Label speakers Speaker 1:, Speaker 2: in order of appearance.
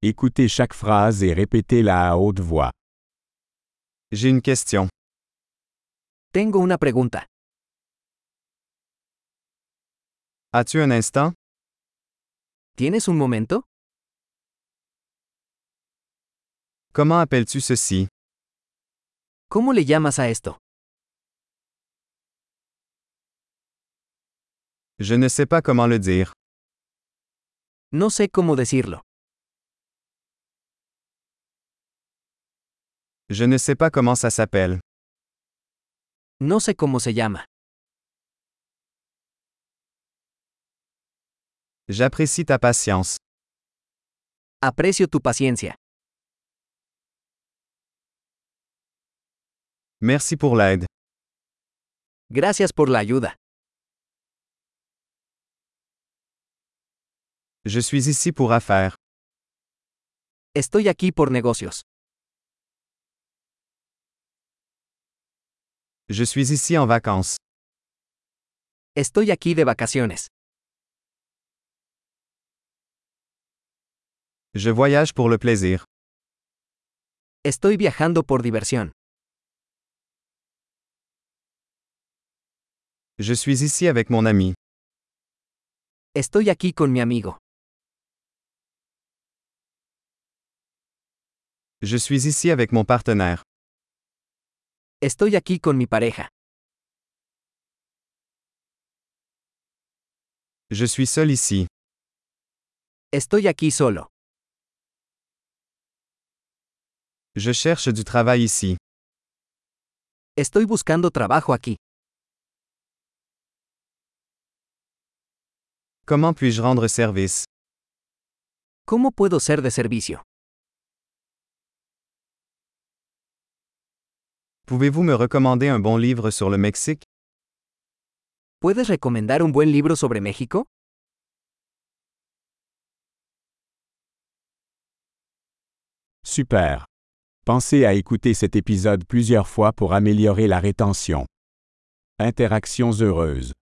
Speaker 1: Écoutez chaque phrase et répétez-la à haute voix.
Speaker 2: J'ai une question.
Speaker 3: Tengo una pregunta.
Speaker 2: As-tu un instant?
Speaker 3: ¿Tienes un momento?
Speaker 2: Comment appelles-tu ceci?
Speaker 3: ¿Cómo le llamas a esto?
Speaker 2: Je ne sais pas comment le dire.
Speaker 3: No sé cómo decirlo.
Speaker 2: Je ne sais pas comment ça s'appelle.
Speaker 3: No sé cómo se llama.
Speaker 2: J'apprécie ta patience.
Speaker 3: Aprecio tu paciencia.
Speaker 2: Merci pour l'aide.
Speaker 3: Gracias por la ayuda.
Speaker 2: Je suis ici pour affaires.
Speaker 3: Estoy aquí por negocios.
Speaker 2: Je suis ici en vacances.
Speaker 3: Estoy aquí de vacaciones.
Speaker 2: Je voyage pour le plaisir.
Speaker 3: Estoy viajando por diversión.
Speaker 2: Je suis ici avec mon ami.
Speaker 3: Estoy aquí con mi amigo.
Speaker 2: Je suis ici avec mon partenaire.
Speaker 3: Estoy aquí con mi pareja.
Speaker 2: Je suis seul ici.
Speaker 3: Estoy aquí solo.
Speaker 2: Je cherche du travail ici.
Speaker 3: Estoy buscando trabajo aquí.
Speaker 2: Comment puis-je rendre service?
Speaker 3: ¿Cómo puedo ser de servicio?
Speaker 2: Pouvez-vous me recommander un bon livre sur le Mexique?
Speaker 3: ¿Puedes recomendar un buen libro sobre México?
Speaker 1: Super. Pensez à écouter cet épisode plusieurs fois pour améliorer la rétention. Interactions heureuses.